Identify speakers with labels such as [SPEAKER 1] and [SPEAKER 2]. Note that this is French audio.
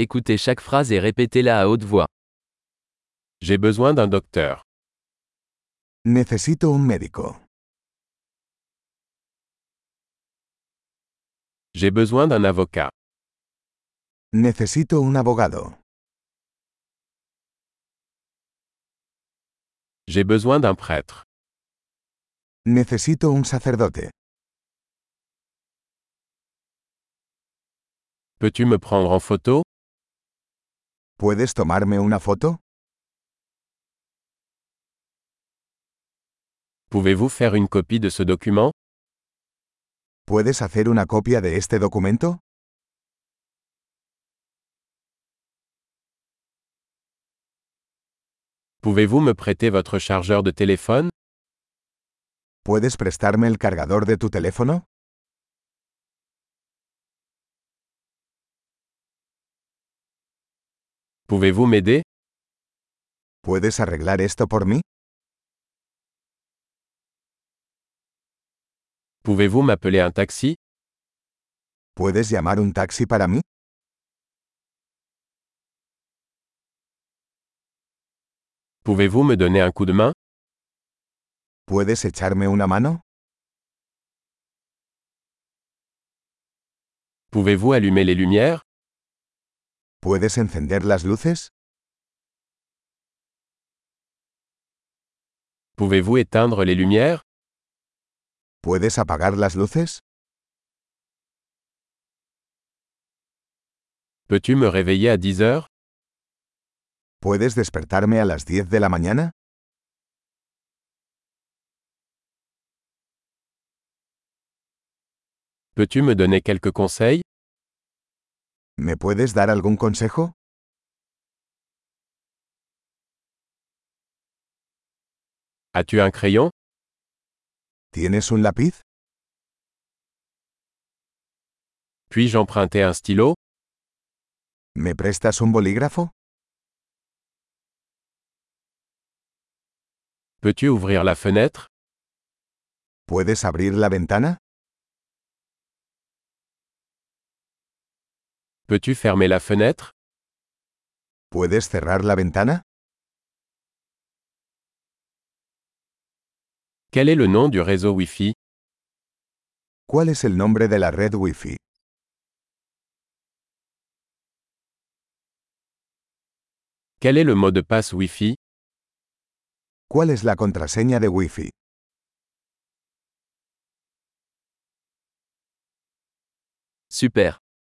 [SPEAKER 1] Écoutez chaque phrase et répétez-la à haute voix.
[SPEAKER 2] J'ai besoin d'un docteur.
[SPEAKER 3] Necesito un médico.
[SPEAKER 2] J'ai besoin d'un avocat.
[SPEAKER 3] Necesito un abogado.
[SPEAKER 2] J'ai besoin d'un prêtre.
[SPEAKER 3] Necesito un sacerdote.
[SPEAKER 2] Peux-tu me prendre en photo
[SPEAKER 3] ¿Puedes tomarme una foto?
[SPEAKER 2] Pouvez-vous faire une copie de ce document
[SPEAKER 3] ¿Puedes hacer una copia de este documento?
[SPEAKER 2] Pouvez-vous me prêter votre chargeur de téléphone
[SPEAKER 3] ¿Puedes prestarme el cargador de tu teléfono?
[SPEAKER 2] Pouvez-vous m'aider
[SPEAKER 3] ¿Puedes arreglar esto por mí?
[SPEAKER 2] Pouvez-vous m'appeler un taxi
[SPEAKER 3] ¿Puedes llamar un taxi para mí?
[SPEAKER 2] Pouvez-vous me donner un coup de main
[SPEAKER 3] ¿Puedes echarme una mano?
[SPEAKER 2] Pouvez-vous allumer les lumières
[SPEAKER 3] ¿Puedes encender las luces?
[SPEAKER 2] Pouvez-vous éteindre les lumières
[SPEAKER 3] ¿Puedes apagar las luces?
[SPEAKER 2] Peux-tu me réveiller à 10 heures
[SPEAKER 3] ¿Puedes despertarme a las 10 de la mañana?
[SPEAKER 2] Peux-tu me donner quelques conseils
[SPEAKER 3] ¿Me puedes dar algún consejo?
[SPEAKER 2] As-tu un crayon
[SPEAKER 3] ¿Tienes un lápiz?
[SPEAKER 2] Puis-je emprunter un stylo
[SPEAKER 3] ¿Me prestas un bolígrafo?
[SPEAKER 2] Peux-tu ouvrir la fenêtre
[SPEAKER 3] ¿Puedes abrir la ventana?
[SPEAKER 2] Peux-tu fermer la fenêtre
[SPEAKER 3] ¿Puedes cerrar la ventana?
[SPEAKER 2] Quel est le nom du réseau Wi-Fi
[SPEAKER 3] ¿Cuál es el nombre de la red Wi-Fi?
[SPEAKER 2] Quel est le mot de passe Wi-Fi
[SPEAKER 3] ¿Cuál es la contraseña de Wi-Fi?
[SPEAKER 1] Super.